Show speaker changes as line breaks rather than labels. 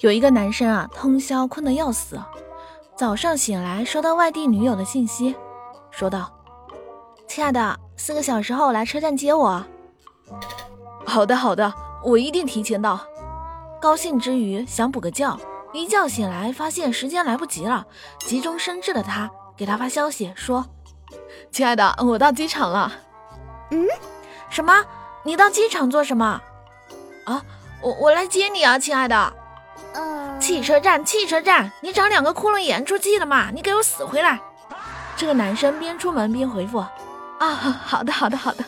有一个男生啊，通宵困得要死，早上醒来收到外地女友的信息，说道：“亲爱的，四个小时后来车站接我。” 好的，好的，我一定提前到。高兴之余想补个觉，一觉醒来发现时间来不及了，急中生智的他给他发消息说：“亲爱的，我到机场了。”
嗯，
什么？你到机场做什么？啊，我我来接你啊，亲爱的。
嗯，
汽车站，汽车站，你长两个窟窿眼出气了嘛？你给我死回来！这个男生边出门边回复：“啊，好的，好的，好的。”